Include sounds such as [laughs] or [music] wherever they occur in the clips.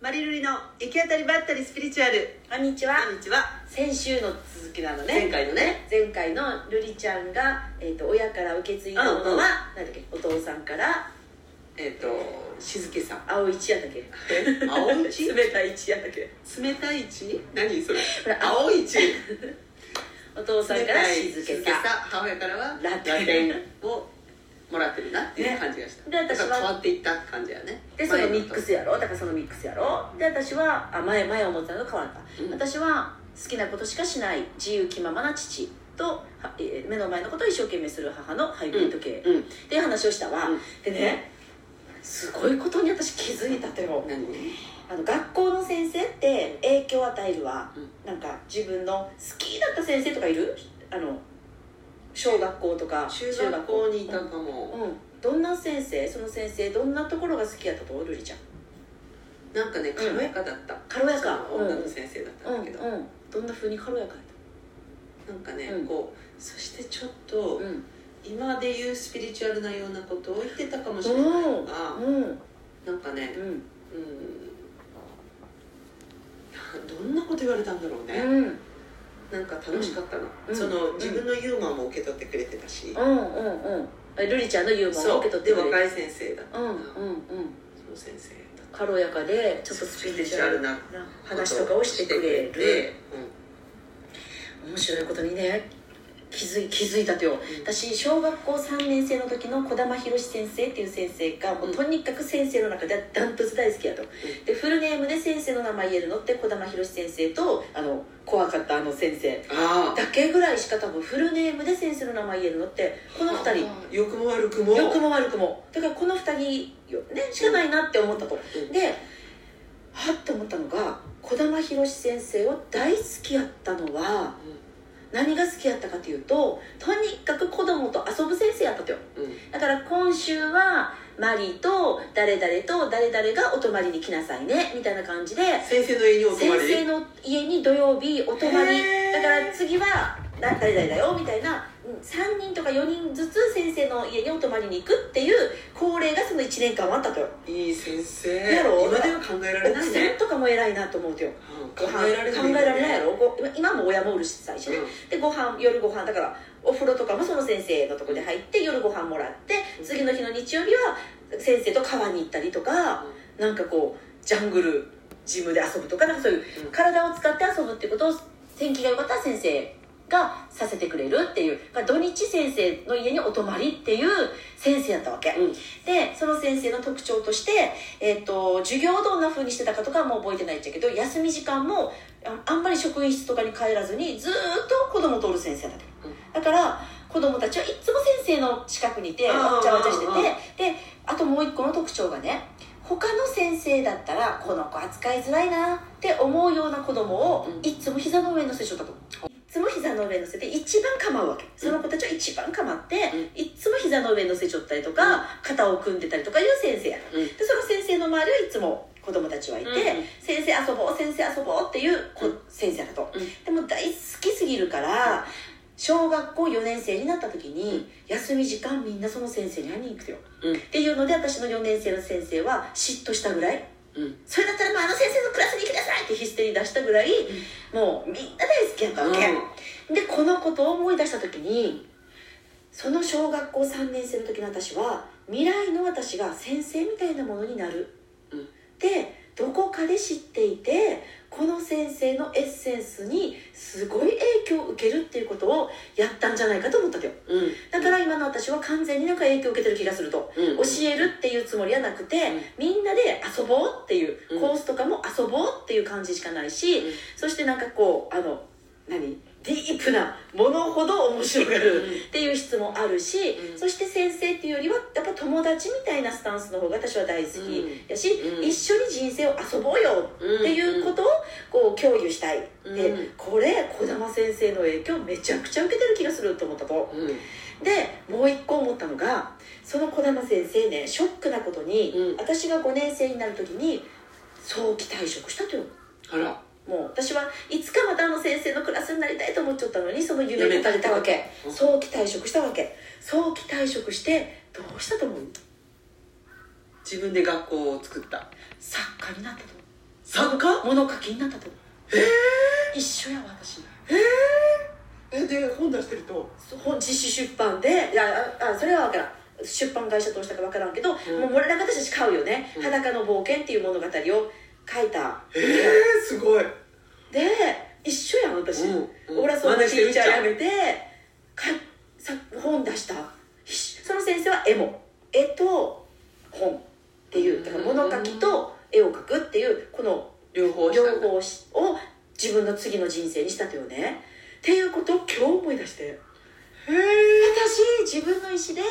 マリルリの行き当たりばったりスピリチュアルこんにちはこんにちは先週の続きなのね前回のね前回のルリちゃんが、えー、と親から受け継いだものうんは、うんなんだっけお父さんからえっ、と静けさん青い一やったっけ青い血 [laughs] 冷たい一やったっけ冷たい血何それれ青い血 [laughs] お父さんから静け冷さたい母親からはララテテンンをもらってるなっていう感じがした、ねで私はだから変わっていったって感じやねでその前ミッとクスやろだからそのミックスやろで私はあ前前思ってたのと変わった、うん私は好きなことしかしない自由気ままな父とはえー目の前のことを一生懸命する母のハイブリッド系、うんっていう話をしたわ、うんでねすごいことに私気づいたても何あの学校の先生って影響を与えるわ、うなんか自分の好きだった先生とかいるあの小学校とか中学校にいたかも、うん、どんな先生その先生どんなところが好きやったと思うルリちゃんなんかね軽やかだった、軽やかその女の先生だったんだけど、うん、どんな風に軽やかやっなんかね、うんこうそしてちょったと、うん今で言うスピリチュアルなようなことを言ってたかもしれないうんが、うんなんかねうんうんどんなこと言われたんだろうね、うんうんなんか楽しかったの、うんそのうん自分のユーモアも受け取ってくれてたし、うんうんルリちゃんのユーモアをそう受け取っでてくれ若るい先生だったかうんら、うんそうんの先生だっ軽やかでたちょっとスピリチュアルなな話とかをしてくれしてくれてる、面白いことにね気づい気づいたとようん私小学校3年生の時の児玉博先生っていう先生がもうとにかく先生の中ではダントツ大好きやとんでフルネームで先生の名前言えるのって児玉博先生とあの怖かったあの先生ああだけぐらいしか多分フルネームで先生の名前言えるのってこの2人良くも悪くも良くも悪くもだからこの2人よ、ね、しかないなって思ったとうんではっと思ったのが児玉博先生を大好きやったのは何が好きやったかというととにかく子供と遊ぶ先生やったとようんうんだから今週はマリーと誰々と誰々がお泊まりに来なさいねみたいな感じで先生の家にお泊先まり生の家に土曜日お泊まりへーだから次はな誰々だよみたいなうん3人とか4人ずつ先生の家にお泊まりに行くっていう恒例がその1年間はあったとよいい先生やろ今では考えられ奥ないさんねとかも偉いなと思うとようんご考飯えられない考えられないやろご今も親もおるし最初ね、でご飯夜ご飯だからお風呂とかもその先生のとこで入って夜ご飯もらってうん次の日の日曜日は先生と川に行ったりとかなんかこうジャングルジムで遊ぶとかなんかそういううん体を使って遊ぶっていうことを天気が良かったら先生がさせてくれるっていうだから土日先生の家にお泊まりっていう先生やったわけ、うんでその先生の特徴として、えっと授業をどんな風にしてたかとかはもう覚えてないっちゃけど休み時間もああんまり職員室とかに帰らずにずーっと子供とおる先生だったうんだから子供たちはいつも先生の近くにいてあーわちゃわちゃしてあーてであともう一個の特徴がね他の先生だったらこの子扱いづらいなって思うような子供をうんいつも膝の上に乗せちゃったといつも膝の上に乗せて一番構うわけその子たちは一番構っていつも膝の上に乗せちゃったりとうんか肩を組んでたりとかいう先生やうんうんでその先生の周りはいつも子供たちはいて、うん先生遊ぼう先生遊ぼうっていう子、うん先生だと、うんでも大好きすぎるから小学校4年生になった時に、うん休み時間みんなその先生に会いに行くよ、うんっていうので私の4年生の先生は嫉妬したぐらいうんそれだったらもうあの先生のクラスに行きなさいってヒステリー出したぐらい、もうみんな大好きやったわけ、でこのことを思い出した時にその小学校3年生の時の私は未来の私が先生みたいなものになる、うんでどこかで知っていてこの先生のエッセンスにすごい影響を受けるっていうことをやったんじゃないかと思ったわけようんうんだから今の私は完全になんか影響を受けてる気がするとうん教えるっていうつもりはなくて、んみんなで遊ぼうっていう、うんコースとかも遊ぼうっていう感じしかないうし、んそしてなんかこうあの何ディープなものほど面白がるっていう質もあるし、うんそして先生っていうよりはやっぱ友達みたいなスタンスの方が私は大好きうんやし、うん一緒に人生を遊ぼうようんっていうことをこう共有したい、うでんこれ児玉先生の影響めちゃくちゃ受けてる気がすると思ったと。うんでもう一個思ったのがその児玉先生ねショックなことに、うん私が5年生になる時に早期退職したとよあらもう私はいつかまたあの先生のクラスになりたいと思っちゃったのにその夢に立れたわけうん早期退職したわけ早期退職してどうしたと思う自分で学校を作った作家になったと思参う加物書きになったと思う一緒やわ私えで本出してるとそ本実施出版でいやああそれは分からん出版会社どうしたか分からんけど、んもう俺らが私たち買うよね、うん裸の冒険」っていう物語を書いたえー、すごい、で一緒やん私、うんうん俺はその真似しテてィみーちチャゃうーやめてかさ本出したひしその先生は絵も絵と本っていうだから物書きと絵を描くっていうこの両方した両方しを自分の次の人生にしたとよねっていうことを今日思い出して私自分の意思で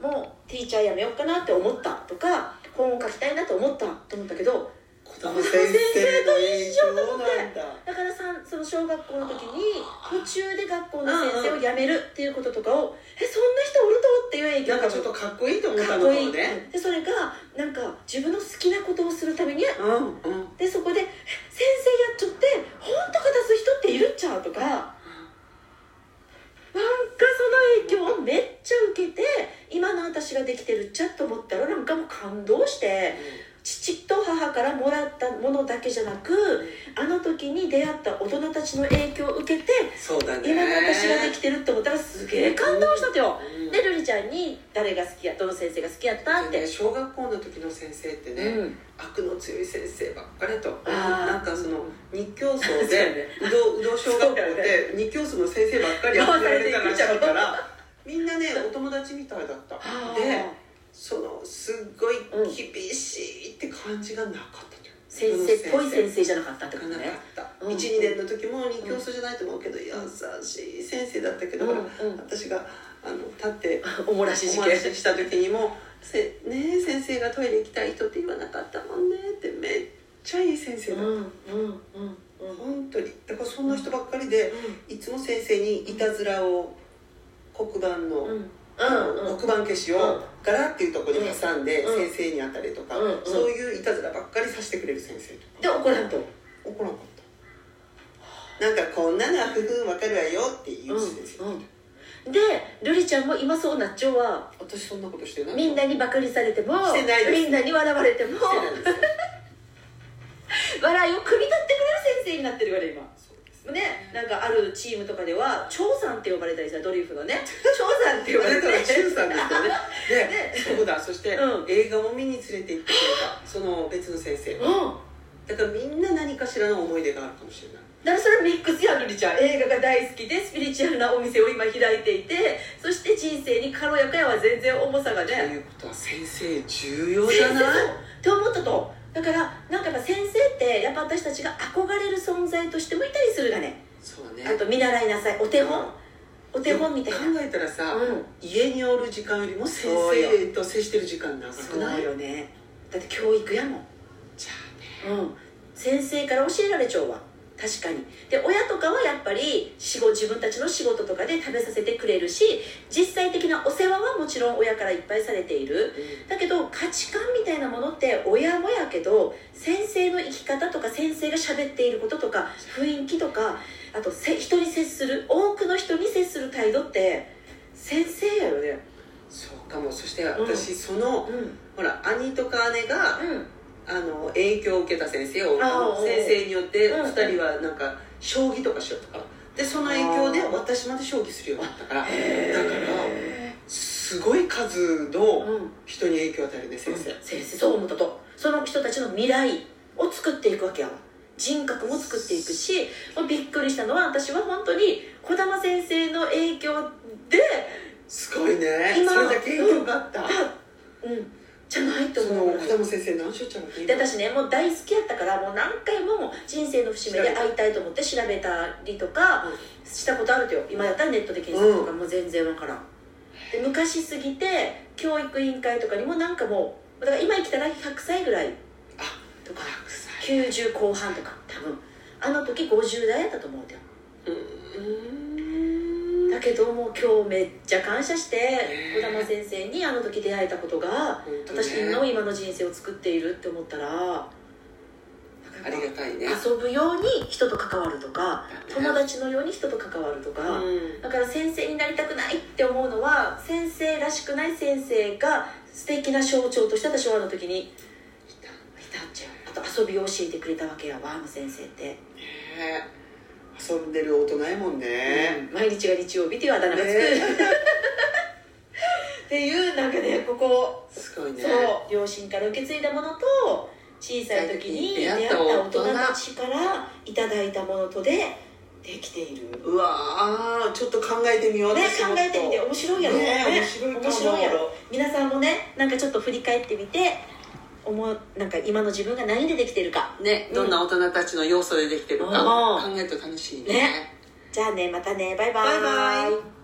もうティーチャーやめようかなって思ったとか本を書きたいなと思ったと思ったけど子供先生と一緒と思ってだからさんその小学校の時に途中で学校の先生を辞めるっていうこととかを「えそんな人おると?」っていう影響なんがかちょっとかっこいいと思ったかっのこかいもい、ねでそれがなんか自分の好きなことをするためにうんうんでそこでえ「先生やっちゃって本とか出す人っているっちゃう」とかなんかその影響をめっちゃ受けて今の私ができてるっちゃと思ったらなんかもう感動して父と母からもらったものだけじゃなくあの時に出会った大人たちの影響を受けてそうだね今の私ができてるって思ったらすげえ感動したとようんでルリちゃんに誰が好きやどの先生が好きやったっでてね小学校の時の先生ってね、うん悪の強い先生ばっかりとあーなんかその日教そう組だよ [laughs] ねでうどうど小学校で日教組の先生ばっかり集められたらしい [laughs] からみんなねお友達みたいだったあーでそのすっごい厳しいって感じがなかったという先生っぽい先生生じゃなかったってことがなかねった、うん1、2年の時も日教組じゃないと思うけど優しい先生だったけど、うんうん私があの立っておもらし事件お話しした時にも「せねえ先生がトイレ行きたい人って言わなかったもんね」ってめっちゃいい先生うんだうっんうんうたん本当にだからそんな人ばっかりでいつも先生にいたずらを黒板の、うん黒板消しうをんガラっていうところに挟んでうん先生に当たれとか、うんうんそういういたずらばっかりさせてくれる先生とかで怒らんと怒らなかったなんかこんなのはふふんわかるわよって言う先生、うんでルリちゃんも今そうなっちょは私そんなことしてないみんなにバカにされてもしてないですみんなに笑われてもしてないです笑いを汲み取ってくれる先生になってるから今そうですね、なんかあるチームとかでは長さんって呼ばれたりさドリ [laughs] フのね長さんって言呼わばれれてたら中さんですよねね [laughs] でそうだそして、うん映画も見に連れて行ってくれたその別の先生うんだからみんな何かしらの思い出があるかもしれないだからそれはミックスやルリちゃん映画が大好きでスピリチュアルなお店を今開いていてそして人生に軽やかやは全然重さがとねいうことは先生重要先じゃ生ないそうって思ったとだからなんかやっぱ先生ってやっぱ私たちが憧れる存在としてもいたりするがねそうねあと見習いなさいお手本お手本みたいな考えたらさ、うん家におる時間よりも先そうよ生と接してる時間長くないよねだって教育やもんじゃあねうん、先生から教えられちゃうわ確かにで親とかはやっぱり仕事自分たちの仕事とかで食べさせてくれるし実際的なお世話はもちろん親からいっぱいされているだけど価値観みたいなものって親もやけど先生の生き方とか先生が喋っていることとか雰囲気とかあとせ人に接する多くの人に接する態度って先生やよねそうかもそして私、そのうんほら兄とか姉が、うんあの影響を受けた先生をあー先生によってうん2人はなんか将棋とかしようとかでその影響で私まで将棋するようになったからだからすごい数のうん人に影響を与えるね先生先生そう思ったとその人たちの未来を作っていくわけやわ人格も作っていくしもうびっくりしたのは私は本当に児玉先生の影響ですごいね今それだけ影響があったあうんじゃないとその思う児玉先生何しょちゃんで私ねもう大好きやったからもう何回も人生の節目で調べた会いたいと思って調べたりとかうんしたことあるとよ今やったらネットで検索とかもう全然わからんで昔すぎて教育委員会とかにもなんかもうだから今生きたら100歳ぐらいとか90後半とか多分あの時50代やったと思うてようんだけどもう今日めっちゃ感謝してね児玉先生にあの時出会えたことが本当ね私の今の人生を作っているって思ったらありがたいね遊ぶように人と関わるとかだね友達のように人と関わるとか、うんだから先生になりたくないって思うのは先生らしくない先生が素敵な象徴として私はあの時にいたんちゃうあと遊びを教えてくれたわけやわあの先生って、え遊んでる大人やもんね、毎日が日曜日っていうあだ名がつく、ね [laughs] っていうなんかねここ、すごいねそう両親から受け継いだものと小さい時に出出会っ会ったた大大人人たちからいただいたものとでできているねうわーちょっと考えてみよう考私もえてみて面白いやろね面白いかも面白いやろ皆さんもねなんかちょっと振り返ってみて思うなんか今の自分が何でできてるかねどんな大人たちの要素でできてるかう考えると楽しいねねじゃあねまたねバイババイイバイ